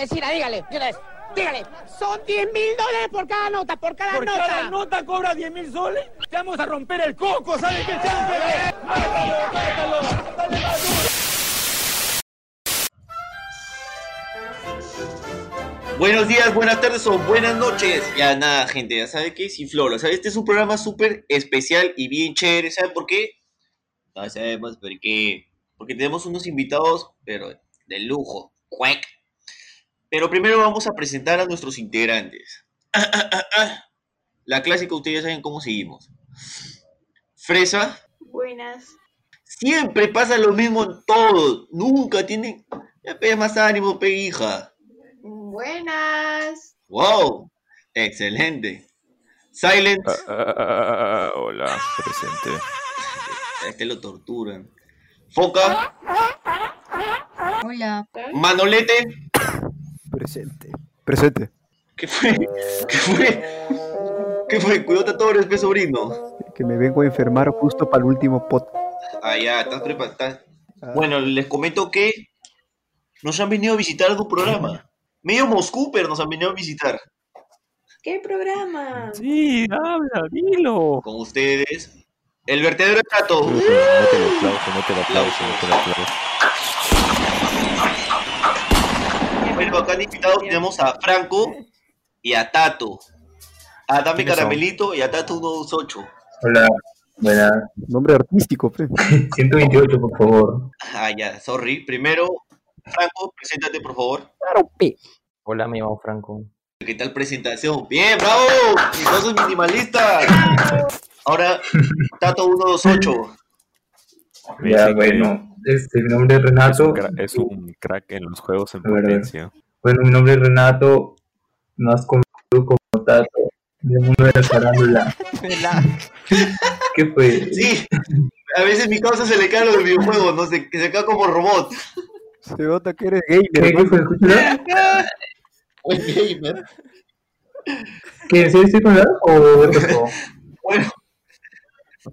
Vecina, dígale, de una vez, dígale. Son 10 mil dólares por cada nota, por cada Por nota. cada nota cobra 10 mil soles. Te vamos a romper el coco, ¿sabes qué chanfle? ¡Mátalo, mátalo! ¡Dale más duro! Buenos días, buenas tardes o buenas noches. Ya nada, gente, ya sabe que sin floro. ¿Sabe? Este es un programa súper especial y bien chévere. ¿Sabe por qué? No sabemos por qué. Porque tenemos unos invitados, pero de lujo. Cuec. Pero primero vamos a presentar a nuestros integrantes. La clásica, ustedes ya saben cómo seguimos. Fresa. Buenas. Siempre pasa lo mismo en todos. Nunca tienen. Ya pe, más ánimo, pe hija. Buenas. Wow, excelente. Silent, Ah, ah, ah, ah, hola, presente. a este lo torturan. Foca, Hola, Manolete, Presente. Presente. ¿qué fue? ¿Qué fue? ¿Qué fue? Cuidado todo el sobrino. que me vengo a enfermar justo para el último podcast. Ah, ya, estás preparado. Bueno, les comento que nos han venido a visitar tu programa. Medio Moscú, pero nos han venido a visitar. ¿Qué programa? Sí, habla, dilo. Con ustedes, el vertedero de Cato. Mete el aplauso, mete el aplauso, mete el aplauso. Pero acá de invitados tenemos a Franco y a Tato. A Dame ¿Quiénes son? Caramelito y a Tato 128. Hola, buenas. Nombre artístico, pe. 128, por favor. Ah, ya, sorry. Primero, Franco, preséntate, por favor. Hola, me llamo Franco. ¿Qué tal presentación? Bien, bravo. Entonces, minimalista. Ahora, Tato 128. Me Ya, dicen bueno, este, mi nombre es que Es un, Renato. cra- es un crack en los juegos en A ver, a ver. potencia. Bueno, mi nombre es Renato, más conocido como Tato, del mundo de la farándula. ¿Qué fue? Sí, a veces mi causa se le cae los videojuegos, no sé, que se cae como robot. Se nota que eres ¿Qué, gamer, qué ¿no? fue? ¿Escuchas? Buen gamer. ¿Qué? ¿Sí estoy con la- o qué pasó? Bueno.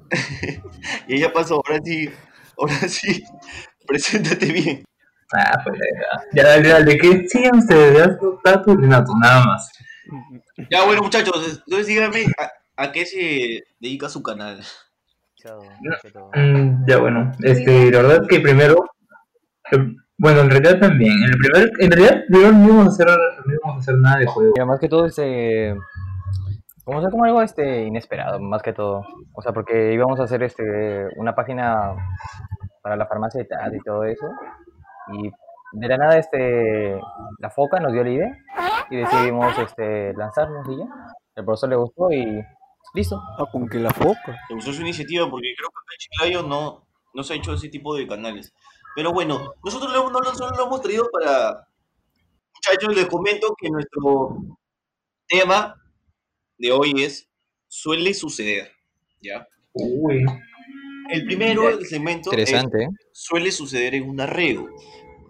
y ella pasó, ahora sí, ahora sí, preséntate bien. Ah, pues ya, ya, dale, dale. ¿Qué sigan ustedes? Ya, Tato y Renato, nada más. Ya, bueno, muchachos, entonces díganme a, a qué se dedica su canal. Mm, ya bueno, este, la verdad que primero, eh, bueno, en realidad también, en el primer, en realidad primero no íbamos a hacer, no íbamos a hacer nada de juego. Mira, más que todo, este. Como sea, como algo este, inesperado, más que todo. O sea, porque íbamos a hacer este una página para la farmacia y tal, y todo eso. Y de la nada, este. La foca nos dio la idea y decidimos este, lanzarnos y ya. El profesor le gustó y. Listo. Ah, con que la foca. Me gustó su iniciativa porque creo que acá en Chiclayo no, no se ha hecho ese tipo de canales. Pero bueno, nosotros lo, no, lo- solo lo hemos traído para... Muchachos, les comento que nuestro tema de hoy es suele suceder. ¿ya? Uy, El primero, el segmento, es Interesante, ¿eh? suele suceder en un arreo.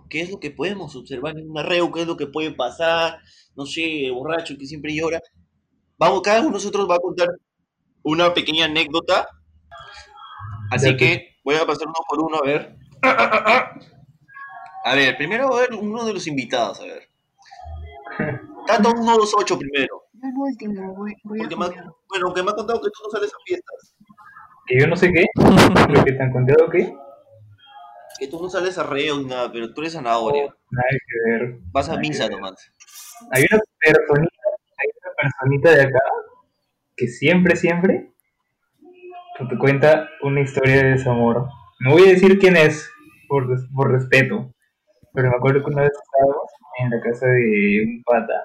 ¿Qué es lo que podemos observar en un arreo? ¿Qué es lo que puede pasar? No sé, el borracho que siempre llora. Vamos, cada uno de nosotros va a contar una pequeña anécdota. Así Ya, pues. que voy a pasar uno por uno, a ver. A ver, primero a ver uno de los invitados, a ver. Tanto uno de los ocho primero. yo el último, voy, voy a Porque me ha- comer. bueno, que me ha contado que tú no sales a fiestas, que yo no sé qué, lo que te han contado qué, que tú no sales a arreo ni nada, pero tú eres zanahoria. nada que ver. Vas a misa nomás. Hay una personita, hay una personita de acá que siempre, siempre que te cuenta una historia de desamor. No voy a decir quién es, por, res- por respeto, pero me acuerdo que una vez estábamos en la casa de un pata,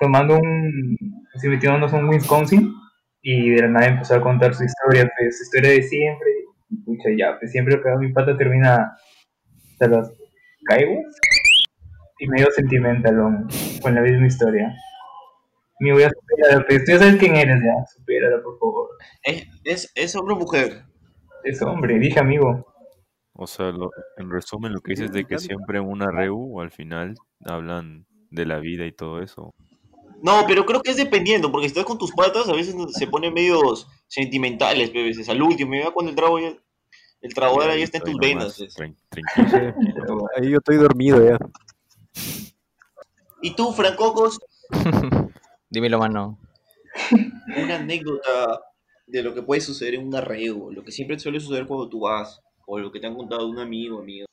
tomando un, así metiéndonos un Wisconsin, y de la nada empezó a contar su historia, pues, su historia de siempre, y pucha, ya, pues siempre acá mi pata termina hasta los caigos, y medio sentimentalón, con la misma historia. Mi voy a superar, pues tú ya sabes quién eres, ya, supérala, por favor. ¿Es, es, es hombre o mujer? Es hombre, dije amigo. O sea, lo- en resumen, lo que dices de que siempre en una reu al final hablan de la vida y todo eso. No, pero creo que es dependiendo, porque si estás con tus patas, a veces se ponen medios sentimentales, pe, a veces al último, ya cuando el trago ya- el trago ahora ya está en tus Ahí nomás, venas. pues. tran- Tranquilo. Ahí yo estoy dormido ya. Y tú, Francocos, Dímelo, mano. una anécdota de lo que puede suceder en un arreo, lo que siempre suele suceder cuando tú vas, o lo que te han contado un amigo, amigo.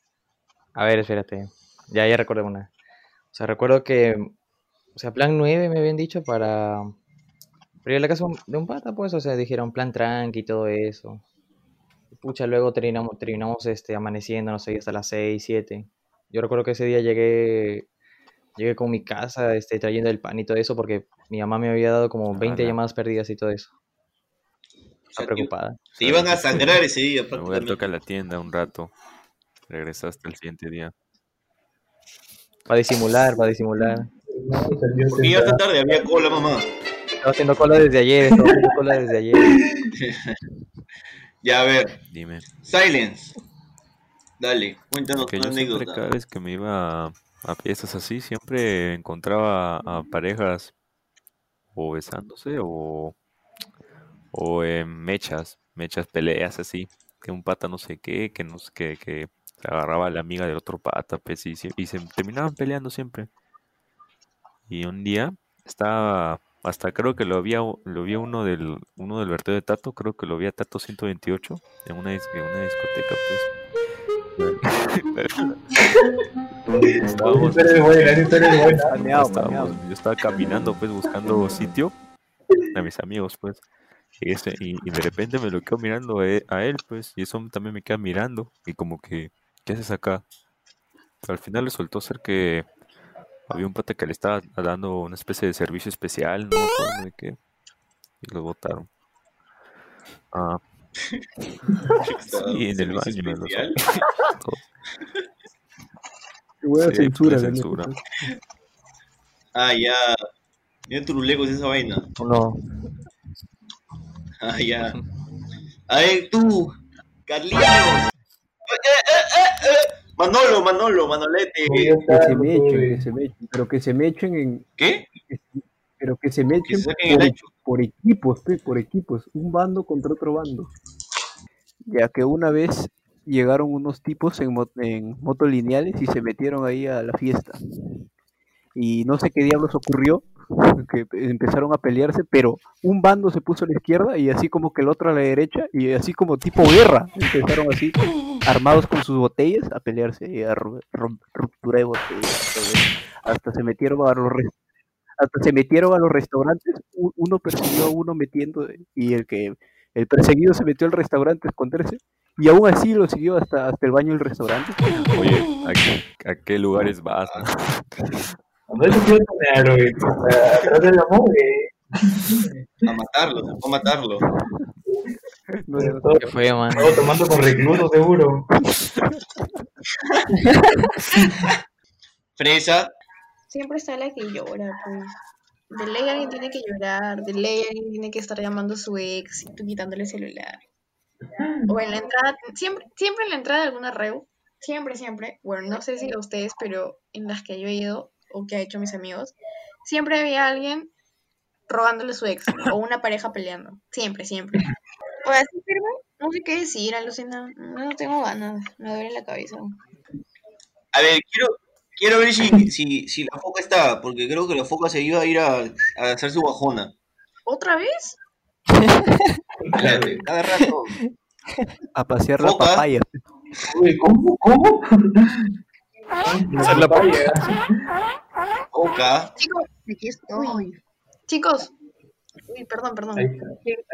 A ver, espérate. Ya, ya recuerdo una. O sea, recuerdo que. O sea, plan 9 me habían dicho para. Pero ir a la casa de un pata, pues. O sea, dijeron plan tranqui y todo eso. Y pucha, luego terminamos, terminamos este, amaneciendo, no sé, hasta las 6, 7. Yo recuerdo que ese día llegué. Llegué con mi casa, este, trayendo el pan y todo eso, porque mi mamá me había dado como 20 Ala. llamadas perdidas y todo eso. O Está sea, te, preocupada. te iban a sangrar ese día, Me voy a prácticamente. tocar la tienda un rato. Regresaste el siguiente día. Para disimular, para disimular. No, salió Porque ya sentada. hasta tarde había cola, mamá. Estaba haciendo cola desde ayer, estaba haciendo cola desde ayer. Ya, a ver. Dime. Silence. Dale, cuéntanos Que una yo siempre anécdota. cada vez que me iba a, a fiestas así, siempre encontraba a parejas o besándose o, o en mechas, mechas peleas así, que un pata no sé qué, que no sé qué, que se agarraba a la amiga del otro pata, pues, y, sie- y se terminaban peleando siempre. Y un día estaba, hasta creo que lo había, lo vi a uno del, uno del vertedero de Tato, creo que lo vi a Tato 128 en una, dis- en una discoteca, pues. Estábamos- Esa historia es buena, esa historia es buena. Paneado, estábamos- paneado. yo estaba caminando, pues, buscando sitio a mis amigos, pues. Y, ese- y- y de repente me lo quedo mirando a e- a él, pues. Y eso también me queda mirando. Y como que, ¿qué haces acá? Al final resultó ser que había un pata que le estaba dando una especie de servicio especial, no me acuerdo de qué. Y lo botaron. Ah, sí, en el baño. me lo especial. soltó. Qué hueva Sí, censura, pues, la neta. censura. Ah, ya. Mira turulecos esa vaina. Uno, Ah, ya. A ver, tú, Carlitos. Eh, Manolo, Manolo, Manolete. Yo Que estaba- se me echen, que se me echen, pero que se me echen en, ¿Qué? pero que se me Que echen se saquen el por- e- ancho. por equipos, pe, por equipos, un bando contra otro bando. Ya que una vez llegaron unos tipos en, mo- en motos lineales y se metieron ahí a la fiesta. Y no sé qué diablos ocurrió, que empezaron a pelearse, pero un bando se puso a la izquierda y así como que el otro a la derecha, y así como tipo guerra, empezaron así, armados con sus botellas, a pelearse, y a ru- ru- ruptura de botellas. todo eso. Hasta se metieron a los res- hasta se metieron a los restaurantes, u- uno persiguió a uno metiendo y el que el perseguido se metió al restaurante a esconderse y aún así lo siguió hasta, hasta el baño del restaurante. Oye, ¿a qué, a qué lugares vas? no? No te quiero tener, güey. O sea, atrás del amor, güey. A matarlo, se fue a matarlo. No, no, Todo- ¿qué fue, mano? todo tomando con recluso, seguro. Fresa, Siempre está la que llora, pues. De ley alguien tiene que llorar, de ley alguien tiene que estar llamando a su ex y tú quitándole el celular. O en la entrada, siempre, siempre en la entrada de alguna reu, siempre, siempre, bueno, no sé si a ustedes, pero en las que yo he ido o que ha hecho mis amigos, siempre había alguien robándole a su ex o una pareja peleando, siempre, siempre. O así, pero no sé qué decir, alucina, no tengo ganas, me duele la cabeza. a ver, quiero, quiero ver si, si, si la foca está, porque creo que la foca se iba a ir a, a hacer su bajona. ¿Otra vez? Cada rato. a pasear la Foca. papaya. Uy, ¿cómo? ¿Cómo? la Foca. Chicos, aquí estoy. Chicos. Uy, perdón, perdón. Ahí está.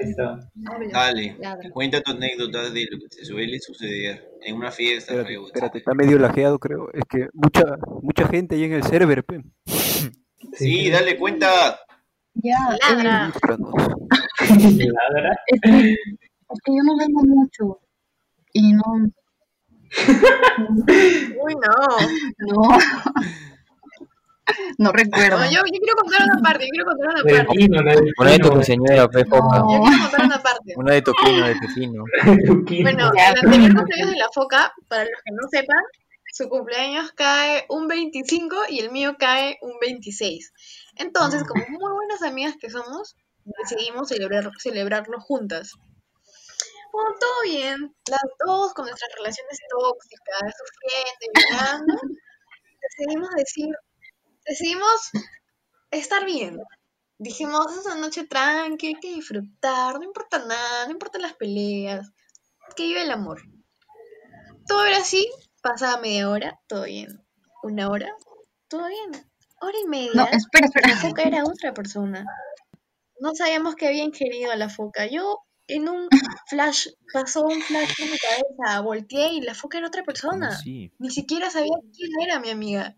Ahí está. Habla, Dale, ladra. cuenta tu anécdota de lo que te suele suceder en una fiesta. Espérate, creo, espérate, está medio lajeado creo. Es que mucha mucha gente ahí en el server, pe. Sí, dale, cuenta. Ya, Ladra. Ilústranos. Ladra. es que, es que yo no vengo mucho. Y no, Uy, no. no. no recuerdo. No, yo, yo quiero contar una parte, yo quiero contar una De parte. vino, la de Una de tu vino. quinceañera, pe, foca. Yo quiero contar una parte. Una de tu quino, de tu quino. Bueno, Ya, el anterior cumpleaños de la foca, para los que no sepan, su cumpleaños cae un 25 y el mío cae un 26. Entonces, como muy buenas amigas que somos, decidimos celebrar, celebrarlo juntas. Bueno, todo bien, las dos con nuestras relaciones tóxicas, sufriendo y llorando, decidimos decir, decidimos estar bien. Dijimos, es una noche tranqui, hay que disfrutar, no importa nada, no importan las peleas, que vive el amor. Todo era así, pasaba media hora, todo bien. Una hora, todo bien. Hora y media. No, espera, La espera. foca era otra persona. No sabíamos que había ingerido a la foca. Yo en un flash, pasó un flash por mi cabeza, volteé y la foca era otra ¿Cómo persona. así? Ni siquiera sabía quién era mi amiga.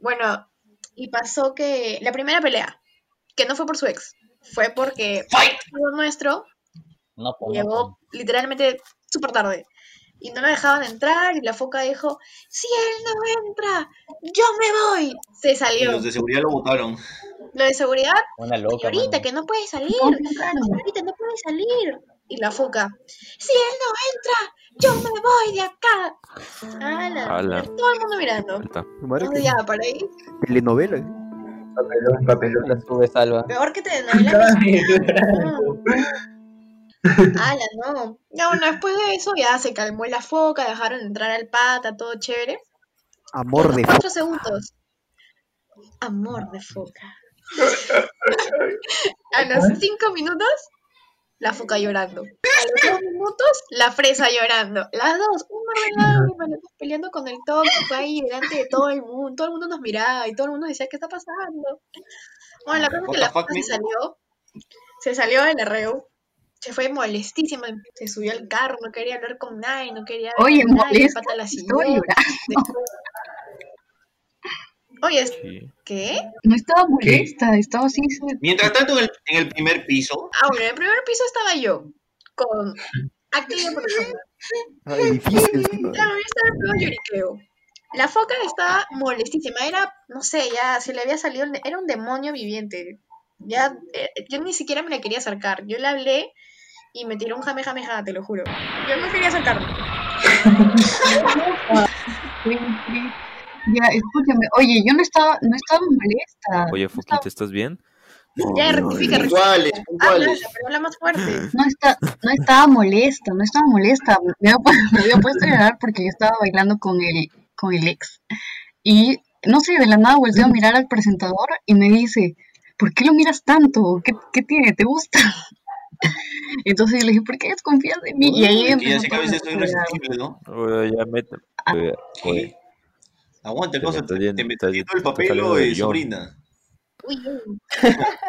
Bueno, y pasó que la primera pelea, que no fue por su ex, fue porque un nuestro No, pues, no, pues. llegó literalmente súper tarde. Y no lo dejaban entrar y la foca dijo, si él no entra, yo me voy. Se Y salió. los de seguridad lo votaron. Lo de seguridad, Una loca. señorita, mano. que no puede salir. Claro. Señorita, no puede salir. Y la foca, si él no entra, yo me voy de acá. Ala, Ala. Todo el mundo mirando. Falta. Su madre, No que ya, para ahí. telenovela. ¿eh? Papelón, papelón. La sube salva. Peor que te novela. Ala, no. Ya bueno, después de eso ya se calmó la foca, dejaron entrar al pata, todo chévere. Amor de Cuatro segundos. Amor de foca. A los cinco minutos, la foca llorando. A los dos minutos, la fresa llorando. Las dos, oh una al lado de la otra, peleando con el tóxico ahí delante de todo el mundo. Todo el mundo nos miraba y todo el mundo decía, ¿qué está pasando? Bueno, la cosa es What que the la fuck, foca se man? salió. Se salió del arreo. Se fue molestísima. Se subió al carro, no quería hablar con nadie, no quería ver Oye, con nadie, el molesta, pata la siguió. Estaba llorando. Después- Oye, Sí. ¿qué? No estaba molesta, estaba así. Mientras tanto, en el, en el primer piso, Ah, bueno, en el primer piso estaba yo, con aquella persona. Ay, difícil. tío. Claro, yo estaba en pleno lloriqueo. La foca estaba molestísima, era, no sé, ya se le había salido, el- era un demonio viviente. Ya, eh, yo ni siquiera me la quería acercar. Yo le hablé y me tiró un jame jame ja, te lo juro. Yo no quería acercarme. Ya, escúchame. Oye, yo no estaba, no estaba molesta. Oye, Foquita, ¿estás bien? Ya, rectifica, puntuales, rectifica. Habla, puntuales. Ah, pero habla más fuerte. No, está, no estaba molesta, no estaba molesta. Me había, pu- me había puesto a llorar porque yo estaba bailando con el, con el ex. Y no sé, de la nada volteo a mirar al presentador y me dice, ¿por qué lo miras tanto? ¿Qué, qué tiene? ¿Te gusta? Entonces yo le dije, ¿por qué desconfías de mí? Y ahí que ya empezó sé que a todo veces soy lo que era. irresistible, ¿no? Oye, ya mete. Ah. Oye, oye, ¿Qué? Aguanta, Te cosa, meto te bien, te estás- metí todo el te está papel saliendo o del eh, guión. sobrina. Uy, uy.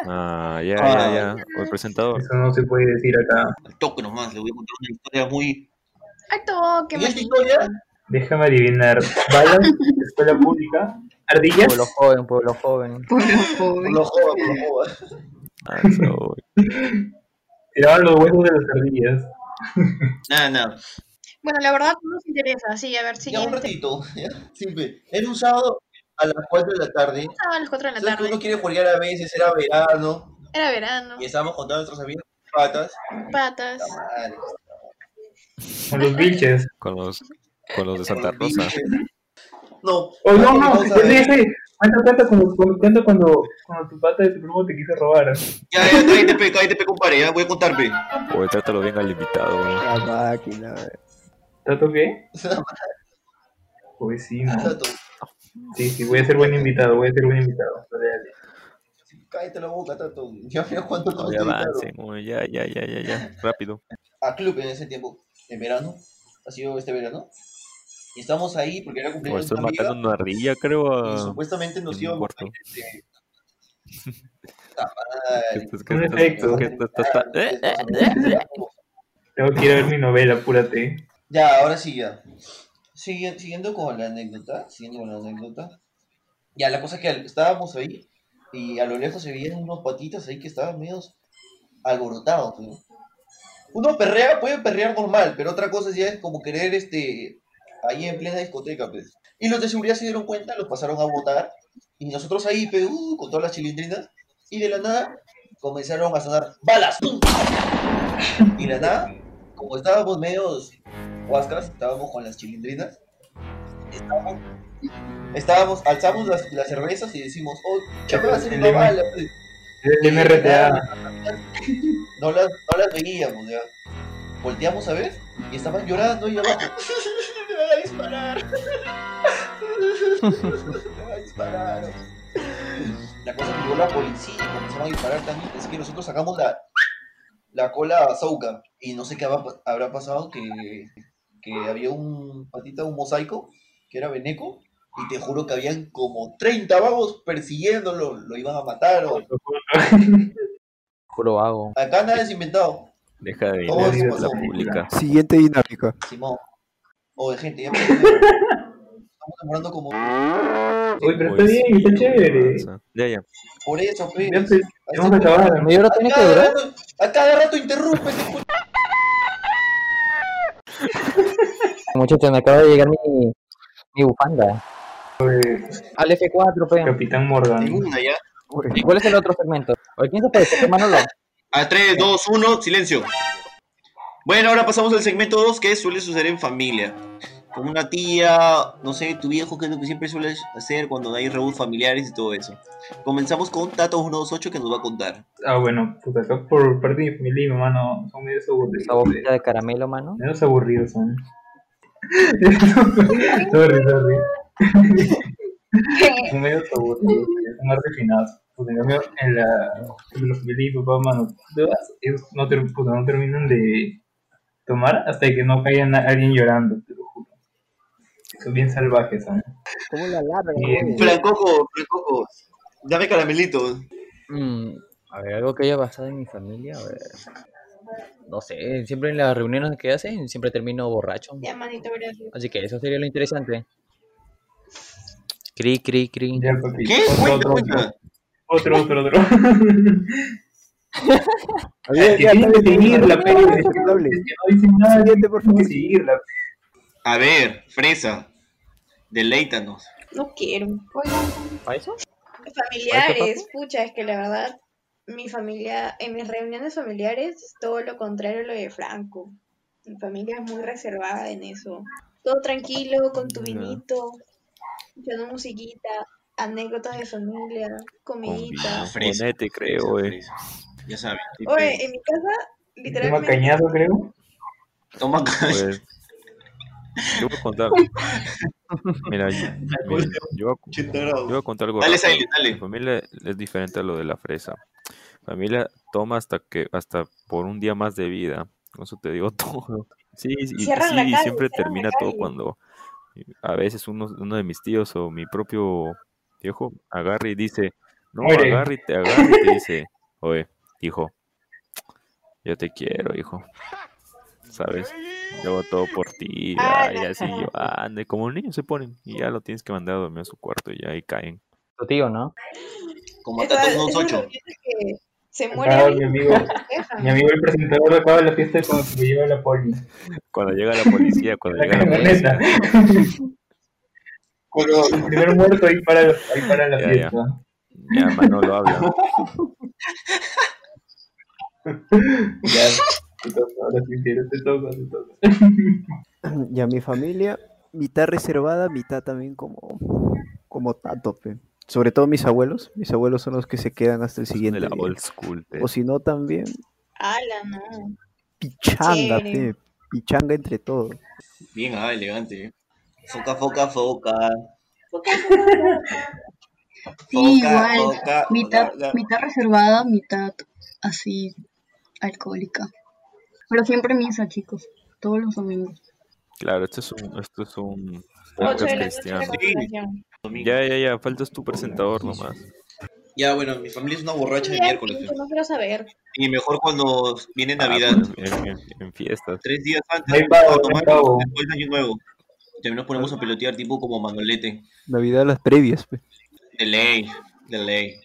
Ah, ya, Ah. ya, ya. O el presentador. Eso no se puede decir acá. Al toque nomás, le voy a contar una historia muy. Alto, qué ¿Y esta maldito. historia? Déjame adivinar. ¿Balas? ¿Escuela pública? ¿Ardillas? Pueblo joven, pueblo joven. Pobre joven. No joda, no joda. Ah, eso, Tiraban los huevos de las ardillas. Nada, nada. Bueno, la verdad no nos interesa, sí, a ver, Ya un siguiente. ratito, ya, simple. Era un sábado a las 4 de la tarde. Estaba a las 4 de la Sabes que uno tarde. Ah. quiere jugar a veces, era verano, Era verano, y estábamos contando a nuestros amigos patas. patas. Madre, Con los biches. con los, con los de Santa con Rosa. biches. No, Oh, no, vamos no, a ¿qué ver. dice? Cuenta, cuenta cuando, cuando- cuenta cuando, cuando tu pata de tu primo te quiso robar. Ya, ya, cállate, pe, cállate, pe, compadre, ya voy a contar, pe. Oye, trátalo bien al invitado. güey. La máquina. ¿Tato qué? Pues sí, no. Tato, Sí, sí, voy a ser buen invitado, voy a ser buen invitado. Dale, dale. Cállate la boca, Tato. Ya veo cuánto nos Oye, avancen. dedicaron. oye, ya, ya, ya, ya, ya. Rápido. A club en ese tiempo, en verano, ha sido este verano. Y estamos ahí porque era O cumpleaños de estás una matando amiga. una ardilla, creo. Ah, Y a- supuestamente nos en un íbamos a cuarto. ir de... Puta madre. que estás- que Un estás- efecto. que estás- estás- estás- eh, eh. Tengo que ir a ver mi novela, apúrate. Ya, ahora sí, ya. Siguiendo, siguiendo con la anécdota, siguiendo con la anécdota. Ya, la cosa es que al- estábamos ahí y a lo lejos se veían unos patitos ahí que estaban medio alborotados. ¿no? Uno perrea, puede perrear normal, pero otra cosa ya es como querer, este, ahí en plena discoteca, pues. Y los de seguridad se dieron cuenta, los pasaron a votar y nosotros ahí, pe, uh, con todas las chilindrinas, y de la nada comenzaron a sonar balas. ¡Pum! Y de la nada, como estábamos medios huascas, estábamos con las chilindrinas, estábamos, estábamos alzamos las, las cervezas y decimos, oh, ya me va a hacer una bala. pues". El MRTA. No las, no las veíamos, ya. Volteamos a ver y estaban llorando y abajo. Me van a disparar. Me van a disparar. Dispararon. La cosa que llegó la policía y comenzaron a disparar también. Es que nosotros sacamos la, la cola a Sauca. Y no sé qué habrá, habrá pasado, que, que había un patita, un mosaico, que era Beneco. Y te juro que habían como 30 vagos persiguiéndolo. Lo iban a matar. O... Puro vago. Acá nada es inventado. Deja de Todos ir somos la hombres. pública. Siguiente dinámica. Simón. Oye, gente, ya me Estamos demorando como... Uy, pero está bien, está chévere. Ya, ya. Por eso, pe. Ya, pues, Ahí hemos se- acabado. ¿Media hora A tiene que cada durar? rato- A cada rato interrumpe. este cu- Muchachos, me acaba de llegar mi, mi bufanda. Al F4, pe. Capitán Morgan. Ninguna, ya. Pobre. ¿Y cuál es el otro segmento? ¿O quién se puede ser, Manolo? A 3, 2, 1, silencio. Bueno, ahora pasamos al segmento 2, que suele suceder en familia. Con una tía, no sé, tu viejo, que es lo que siempre sueles hacer cuando hay reúnes familiares y todo eso. Comenzamos con Tato128, que nos va a contar. Ah, bueno, pues acá por parte de mi familia y mi mamá no, son medios aburridos. La boquita de caramelo, mano. Menos aburridos son. sorry, sorry. Son medios aburridos, son más refinados. Pues en cambio, en la, en la familia y mi papá, mano, de verdad, ellos no, ter- puta, no terminan de tomar hasta que no caiga na- alguien llorando, te lo juro. Son bien salvajes, son. ¿Cómo la larga, Bien. güey? Francoco, Francoco, dame caramelito. Mm, a ver, algo que haya pasado en mi familia, a ver. No sé, siempre en las reuniones que hacen, siempre termino borracho. Ya, manito, gracias. Así que eso sería lo interesante. Cri, cri, cri. Ya, papi. ¿Qué? Otro, Cuenta, otro, cuenta. otro, otro, otro. Había- que ya, tienen dale, que seguir la dale, peli. dale, Es que no dale. dicen nada. Siguiente, por Tienen que favor. seguirla. A ver, fresa, deleítanos. No quiero. ¿Para eso? Familiares, pucha, es que la verdad, mi familia, en mis reuniones familiares, todo lo contrario a lo de Franco. Mi familia es muy reservada en eso. Todo tranquilo, con tu Ya. vinito, echando musiquita, anécdotas de familia, comidita. Con Bonete, creo, eh. fresa. Ya sabes. pues. Oye, en mi casa, Tema literalmente, cañazo, creo. Toma cañazo. Pues, yo voy a contar. Mira, yo, miren, yo voy a- yo voy a contar algo. Dale, rápido. Silent, dale. Mi familia es diferente a lo de la fresa. Mi familia toma hasta que hasta por un día más de vida. Con eso te digo todo. Sí, y, y Cierran la sí, y calle, siempre cierran la termina todo calle. cuando a veces uno, uno de mis tíos o mi propio viejo agarra y dice, no, Muere. agarra y te agarra y te dice, oye, hijo, yo te quiero, hijo. ¿Sabes? Yo hago todo por ti, Ah, ay, la así yo, ah, ande, como un niño se ponen y ya lo tienes que mandar a dormir a su cuarto y ahí caen. Tu tío, ¿no? Como esas- Tato esas 128. reuniones que se muere Acá mi alguien, amigo, dejan. mi amigo el presentador acaba la fiesta cuando se lleva la poli. Cuando llega la policía, cuando La llega la policía. camioneta. El primer muerto ahí para, ahí para la Ya, ya. fiesta. Ya, Manolo habla. Ya, te toca, ahora sí, sí, te toca, te toca. Y a mi familia, mitad reservada, mitad también como, como tato, pe. Sobre todo mis abuelos. Mis abuelos son los que se quedan hasta el De siguiente la eh. día. old school. pe. O si no, también Ala, no. pichanga, Chévere. pe. Pichanga entre todos. Bien, ah, elegante. eh. Foca, foca, foca. Sí, Foca, igual. foca. Mitad, La- la- mitad reservada, mitad así alcohólica. Pero siempre misa, chicos. Todos los domingos. Claro, esto es un, esto es un Ocho podcast de la noche la cristiano. consagración. domingo. Ya, ya, ya, faltas tu presentador nomás. Ya, bueno, mi familia es una borracha de Ya, miércoles. eh. pinche, pero- No quiero saber. Y mejor cuando viene Ah, Navidad. pues, en, en- en fiestas. Tres días antes. No hay pavo, a no tomar hay pavo. después de Año Nuevo. También nos ponemos a pelotear tipo como Manolete. Navidad las previas, pe. De ley, de ley.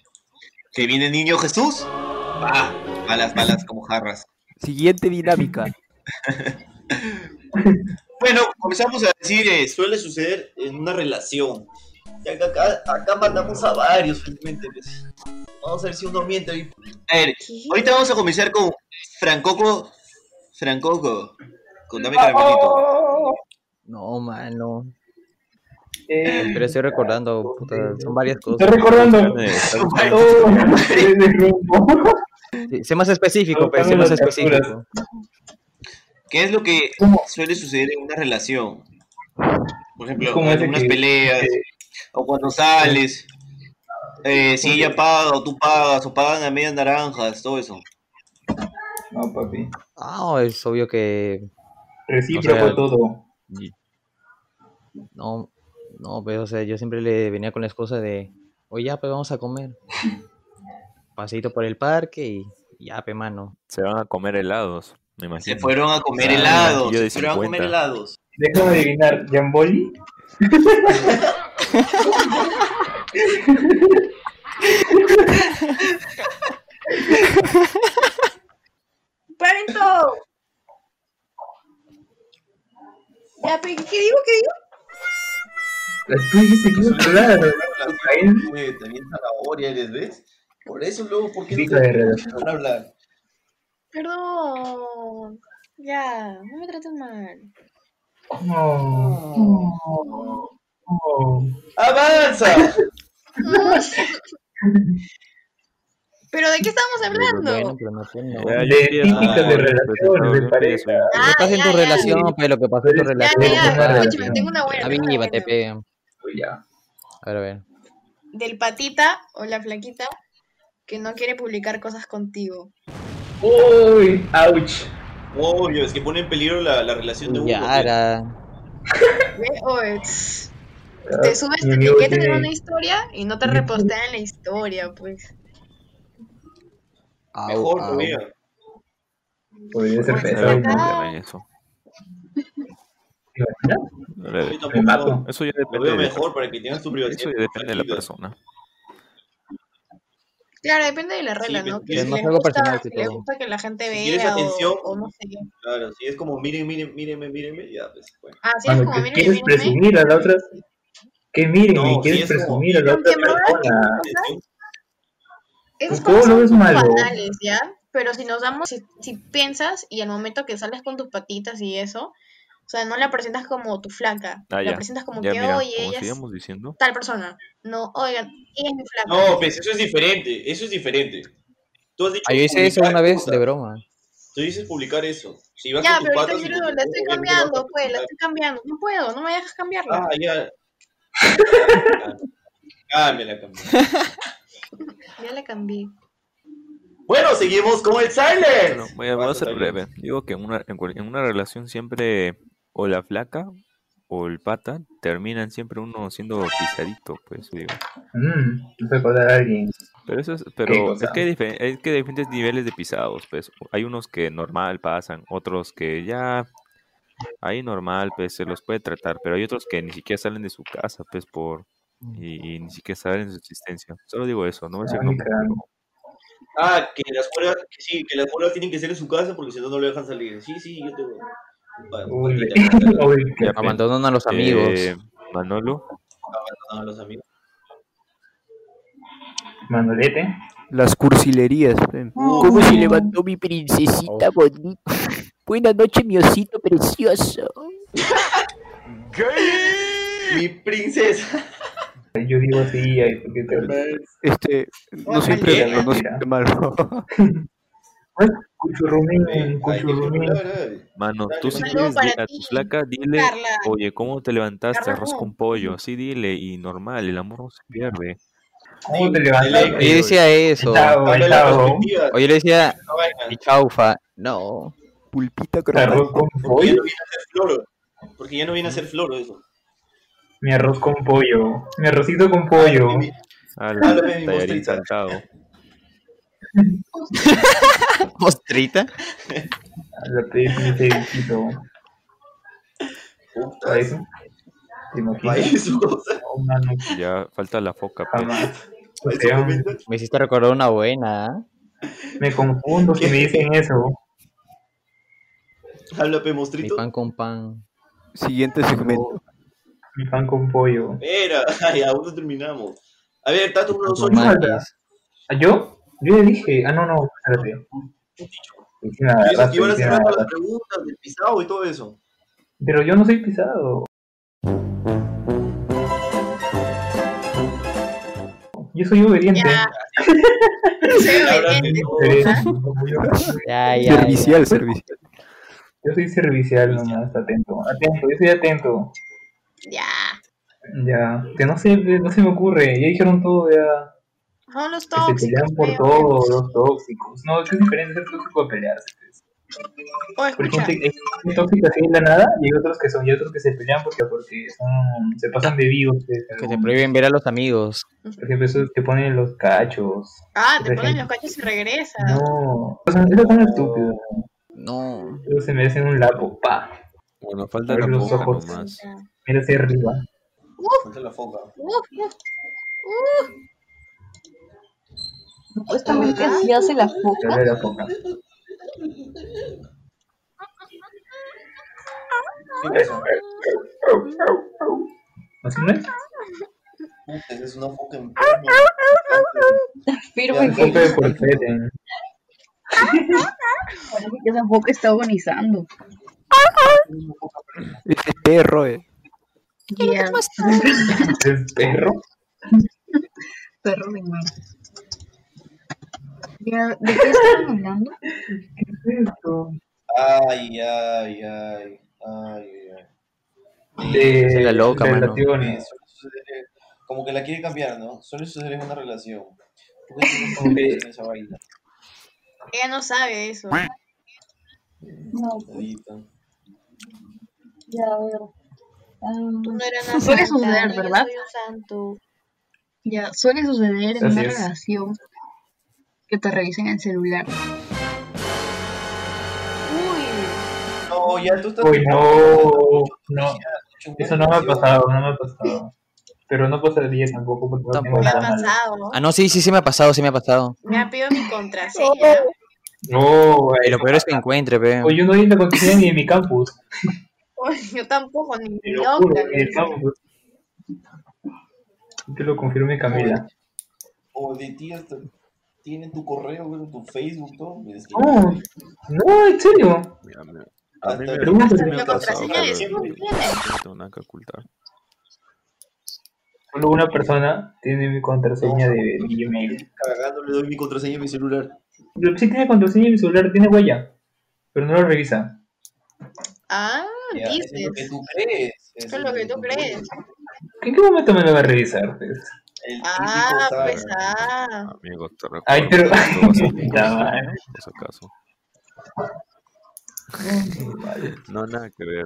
Que viene el niño Jesús. Va. Balas, balas como jarras. Siguiente dinámica. Bueno, comenzamos a decir, eh, suele suceder en una relación. Y acá, acá, acá mandamos a varios, felizmente. pues. Vamos a ver si uno miente. ahí. A ver, ¿Qué? ahorita vamos a comenzar con Francoco. Francoco, contame caramelito. No, mano. Eh, Pero estoy recordando, puta, son varias Estoy cosas. recordando. Oh, Eh, Todo de rumbo. Sí, sé más específico, No, pero sé cambia más las específico. capturas. ¿Qué es lo que ¿Cómo? suele suceder en una relación? Por ejemplo, ¿Cómo es de algunas que- peleas, que- O cuando sales, eh, si ella paga o tú pagas, o pagan a medias naranjas, todo eso. No, papi. Ah, es obvio que. Recíproco O sea, todo. No, no, pero o sea, yo siempre le venía con la excusa de. Oye, ya, pues vamos a comer. Paseito por el parque y. y Ya, pe mano. Se van a comer helados, Se me imagino. fueron a comer Ah, helados, yo de se fueron a comer 50. helados. Déjame adivinar, ¿Jamboli? ¡Paren todo! Ya, pero ¿qué digo? ¿Qué digo? Después dijiste que iba a hablar. Ahí- Güey, También zanahoria eres, ¿ves? Por eso luego, ¿por qué Pico de reloj. dejaron hablar? Perdón. Ya, no me traten mal. No. No. ¡Avanza! ¿Pero de qué estamos Pero hablando? bueno, pero no tiene, ¿no? Ya, De yo estoy típicas hasta- de relaciones, de yo estoy pareja. hasta- Ah, ¿Qué pasa en ya, tu ya. relación, pe? Lo que pasó en tu Ya, relación. pues, ya, Tengo ya. una escúchame, relación. tengo una buena. tengo una Avívate, buena. pe. Ya. pues. A ver, a ver. Del patita o la flaquita que no quiere publicar cosas contigo. Uy, ouch. Obvio, es que pone en peligro la, la relación de uno. Ya, pues. era. ¿Ve? O, tss, te subes, Ah, Mi te amigo etiquetan en tiene- una historia y no te tiene- repostean en la historia, pues. Au, Mejor au. todavía. Podría ser Pues, Claro, pesado. no acá- hagan eso. ¿Te imaginas? No le- Yo Me mato. tampoco Eso ya Lo depende veo de, mejor para que tengas tu privacidad. eso ya depende de la tranquila. persona. Claro, depende de la regla, pues, ¿no? es Que si más les algo gusta, personal que si les todo. gusta que la gente Si quieres vea atención. o, o no sé qué. Claro, si es como, miren, miren, mírenme, mírenme, ya, pues, bueno. Ah, si es Cuando como, te miren, quieres miren, miren. presumir a la otra, que miren y No, quieres si es como, presumir a la otra Aunque en verdad que persona. Atención. Esas pues, ¿Cómo cosas lo son ves malo? banales, ¿ya? Pero si nos damos, si, si piensas y al momento que sales con tus patitas y eso, o sea, no la presentas como tu flaca, Ah, la ya. presentas como Ya, que, mira, oye, como ella es sigamos diciendo, tal persona. No, oigan, ella es mi flaca. No, pues eso es diferente, eso es diferente. Tú has dicho Ah, yo hice eso publicar una vez cosas, de broma. Tú dices publicar eso. Si vas ya, con tus pero esta patas y quiero, con tus la estoy amigos, obviamente lo vas a cambiando, pues, la publicar. estoy cambiando. No puedo, no me dejas cambiarla. Ah, ya. Cámbiala, cámbiala. Ya la cambié. Bueno, seguimos con el Bueno, silence. voy a, voy a Basta, ser está breve. bien. Digo que en una, en, cual- en una relación siempre o la flaca o el pata terminan siempre uno siendo pisadito, pues digo. Mm, te fue a acordar a alguien. Pero eso es, pero cosa. es que hay, dife- es que hay diferentes niveles de pisados, pues. Hay unos que normal pasan, otros que ya ahí normal, pues se los puede tratar, pero hay otros que ni siquiera salen de su casa, pues por y, y ni siquiera saben de su existencia. Solo digo eso, no voy a decir Ay, nombres. caramba. Ah, que las muelas, que sí, que las muelas tienen que ser en su casa porque si no, no lo dejan salir. Sí, sí, yo te voy. Pa- Uy, patita, ve- patita, patita, uy, qué Ya, pena. Abandonan a los amigos. Eh, Manolo, a los amigos. Manolete. Las cursilerías. pe. ¿Cómo se levantó mi princesita bonita? Buenas noches, mi osito precioso. Mi princesa. Yo digo así, ay, porque te Este, no siempre, Mentira, no mentira. siempre malo. Cuchurrumín, Ay, qué cuchurrumín. popular, ay. mano, tú si Dale, Saludo quieres para di- a tu ti, flaca, dile, Carla. oye, ¿cómo te levantaste? Carla, Arroz con no. pollo, así dile, y normal, el amor no se pierde. ¿Cómo te Sí, levantaste? Oye, yo decía eso. Chao, Cambia la chao. perspectiva. Oye, le decía, no vayan. y chaufa. No. Pulpita Arroz cromática. con Porque ya pollo. no viene a ser floro. Porque ya no viene a ser floro eso. Mi arroz con pollo. Mi arrocito con pollo. Háblame, mi- Al háblame, mi tallarín mostrita. saltado. ¿Ostrita? La pedí mi cevichito. Puta, ¿Para eso? ¿Te para imaginas? eso, cosa. No, mano, Ya falta la Ah, foca, pues. jamás. O Para eso sea, comenta. Me hiciste recordar una buena. ¿ah? me confundo si me dicen eso. Háblame, Mi mostrito. pan con pan. Siguiente segmento. Mi pan con pollo. Espera, ay, aún no terminamos. A ver, Tato, uno, Pan dos, con ocho. maquis. ¿Ah, yo? Yo le dije. Ah, no, no, espérate. Encima Y eso que agarraste, iban a hacer encima rato las agarraste. preguntas del pisado y todo eso. Pero yo no soy pisado. Yo soy obediente. Ya. Soy Ya hablaste obediente. todo. Seré- como yo, Ya, ya, ya. Servicial, servicial. yo soy servicial nomás, atento. Atento, yo soy atento. Ya. Ya, que no se, no se me ocurre. Ya dijeron todo, ya. Son los Que se tóxicos. Oh, pelean por creo. todo, los tóxicos. No, ¿qué diferencia es tóxico a pelearse? pues? O Porque escucha, hay gente que es tóxica así de la nada y hay otros que son, y otros que se pelean porque, porque son, se pasan de vivos. pues, Que te algunos. prohíben ver a los amigos. Por ejemplo, esos que ponen los cachos. ah, te por ponen los ejemplo. cachos y regresa. No, eso es tan estúpido. No. Ellos se merecen un lapo, pa. Bueno, falta Abre la los boca ojos. nomás. Mira hacia arriba. Falta la foca. Uf, uf. Pues Justamente así hace la Se foca. abre la boca. ¿Así no es? Puta, esa es una foca en Afirma Un que, poco de porfete. parece que esa foca está agonizando. Ese perro, eh. Ya, ¿El perro? perro de mar. Ya, ¿de qué están hablando? Ay, ay, ay. Ay, ay. De Sí, la loca, mano. relaciones. Suele suceder, Como que la quiere cambiar, ¿no? Suele suceder en una relación. ¿Por qué tienes Como que- esa vaina? Ella no sabe eso. No, Tadita. ya, a ver. Tú no Ah, eras nada Suele santa, suceder, yo ¿verdad? soy un santo. ya, suele suceder en Así una es. relación que te revisen el celular. Uy, No, ya tú estás. Uy, no. No, Chungo, eso no me ha relación. pasado, no me ha pasado. Pero no pasaría tampoco porque no tengo Tampoco. me ha nada malo. pasado. Ah, no, sí, sí, sí me ha pasado, sí me ha pasado. Me ha pedido mi contraseña. No, Y lo eso peor es que encuentre, pe. Oye, yo no la conocía ni en mi campus. Uy, yo tampoco, ni Te ni lo juro, loca. en el campus. Te lo confirme Camila. O de ti hasta. Tienen tu correo, bueno, tu Facebook, todo. Es que- No, no, en serio. Mira, mira, A mí me, Hasta- a mí Hasta me la ha pasado, contraseña pero de Zoom yo tiene. no tengo nada que ocultar. Solo una persona tiene mi contraseña de, de Gmail. Cagando, le doy mi contraseña a mi celular. Pero Sí tiene contraseña en mi celular, tiene huella. Pero no lo revisa. Ah, Ya, eso es lo que dices. tú crees. eso Eso es lo que tú crees. ¿En qué momento me lo va a revisar? pues? El típico Ah, sabe. pues ah. Amigos, te recuerdo Ay, pero- ¿eh? que esto va a ser un Puta consejo, madre. por si acaso. No, nada que ver.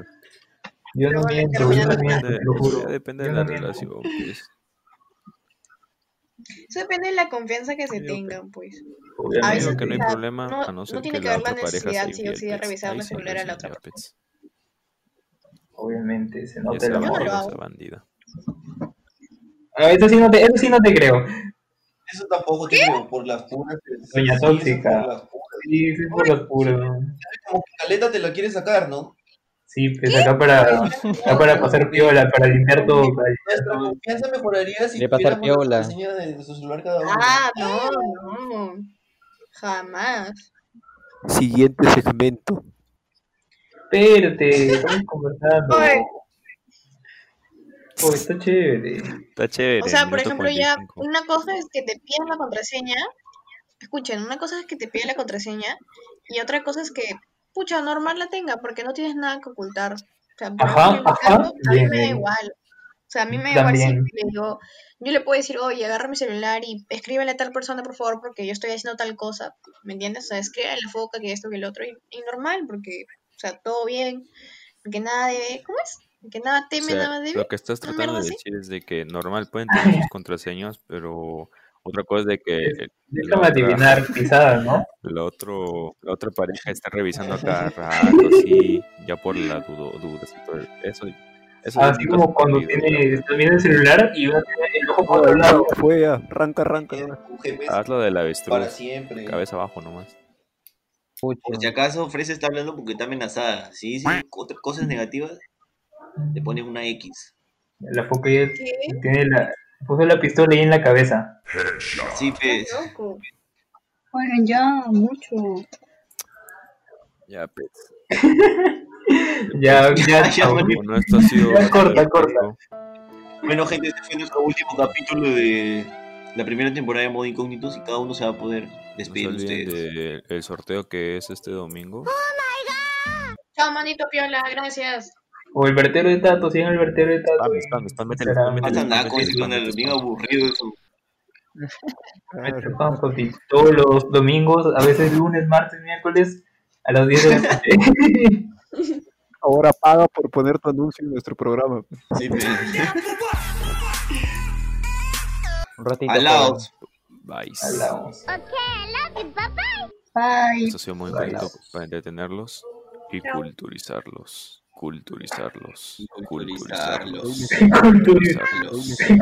Yo no Luego le miento, yo terminan no de- miento, Depende, te lo en juro. realidad depende Yo de no la miento. relación, pues. Eso depende de la confianza que se Digo que- tengan, pues. A Yo Obviamente. digo veces que no hay o sea, problema, no- a no no ser tiene que que la ver la otra pareja sea necesidad, sí o infiel, sí, de pets. revisarle Ahí el sí, celular ahí a la sí, otra ya, persona. pets. Obviamente, se Y nota el esa Yo no amor. lo bandida, hago. esa bandida. Ah, Eso sí no te, eso sí no te creo. Eso tampoco te creo, por las puras. Doña eso es tóxica. Por las puras. Sí, sí, por lo puro. Como que caleta te la quiere sacar, ¿no? Sí, pues acá para, acá para pasar piola, para limpiar todo. Para limpiar Nuestra todo. confianza mejoraría si Quiere pasar tuviéramos la piola. contraseña de nuestro celular cada uno. Ah, no, no. Jamás. Siguiente segmento. Espérate, estamos conversando. Oye. Oh, está chévere. Está chévere, O sea, por minuto ejemplo, ya 45. una cosa es que te pidan la contraseña. Escuchen, una cosa es que te pidan la contraseña y otra cosa es que, pucha, normal la tenga porque no tienes nada que ocultar. O sea, por Ajá, ejemplo, en mi ajá, caso, a mí bien, me da bien. igual. O sea, a mí me da igual si También. le digo, yo le puedo decir, oye, agarra mi celular y escríbele a tal persona, por favor, porque yo estoy haciendo tal cosa. ¿Me entiendes? O sea, escríbele a la foca que esto que el otro y, y normal porque, o sea, todo bien, que nada debe, ¿cómo es? Que nada O teme, sea, nada debe. lo que estás Una tratando mierda de así. Ah. decir es de que normal pueden tener sus contraseñas, pero otra cosa es de que el- la Déjame otra, adivinar, pisada, ¿no? la otro, la otra pareja está revisando a cada rato, así, ya por la dudo, dudas. entonces, eso, eso ya es Ah, Así un como caso cuando perdido. tiene, ya. está viendo el celular y uno tiene el ojo por Ahora, otro lado. ya fue, ya. Arranca, arranca. ahora. Un GPS Hazlo del para avestruz, siempre. cabeza abajo nomás. Por si acaso, Fresa está hablando porque está amenazada. Si dice otra- cosas negativas, le pones una X. La foca ya ¿Qué? tiene la, puso la pistola ahí en la cabeza. Sí, pues. Estás loco. Oigan, ya, mucho. Ya, pets. Ya, ya, Ya, chao. Bueno, esto ha sido Ya, Gato corta, del corta. Perro. Bueno, gente, este fue nuestro último capítulo de la primera temporada de Modo Incógnitos y cada uno se va a poder No se despedir de olviden ustedes. del Ah, sorteo que es este domingo. Chao, manito piola, gracias. O el vertero de Tato, si en el vertero de Tato. Spam, pues, y- spam, spam, métele, será spam, métele. más Pasa naco, ese con el bien aburrido eso. Este meter pan, papi. Todos los domingos, a veces lunes, martes, miércoles, a las 10 de la noche. Ahora paga por poner tu anuncio en nuestro programa. Sí, pe. Un ratito. Al lado. Vice. Hablamos. Bye. Esto ha sido muy Bye. bonito para entretenerlos y culturizarlos. Culturizarlos. Culturizarlos. Culturizarlos.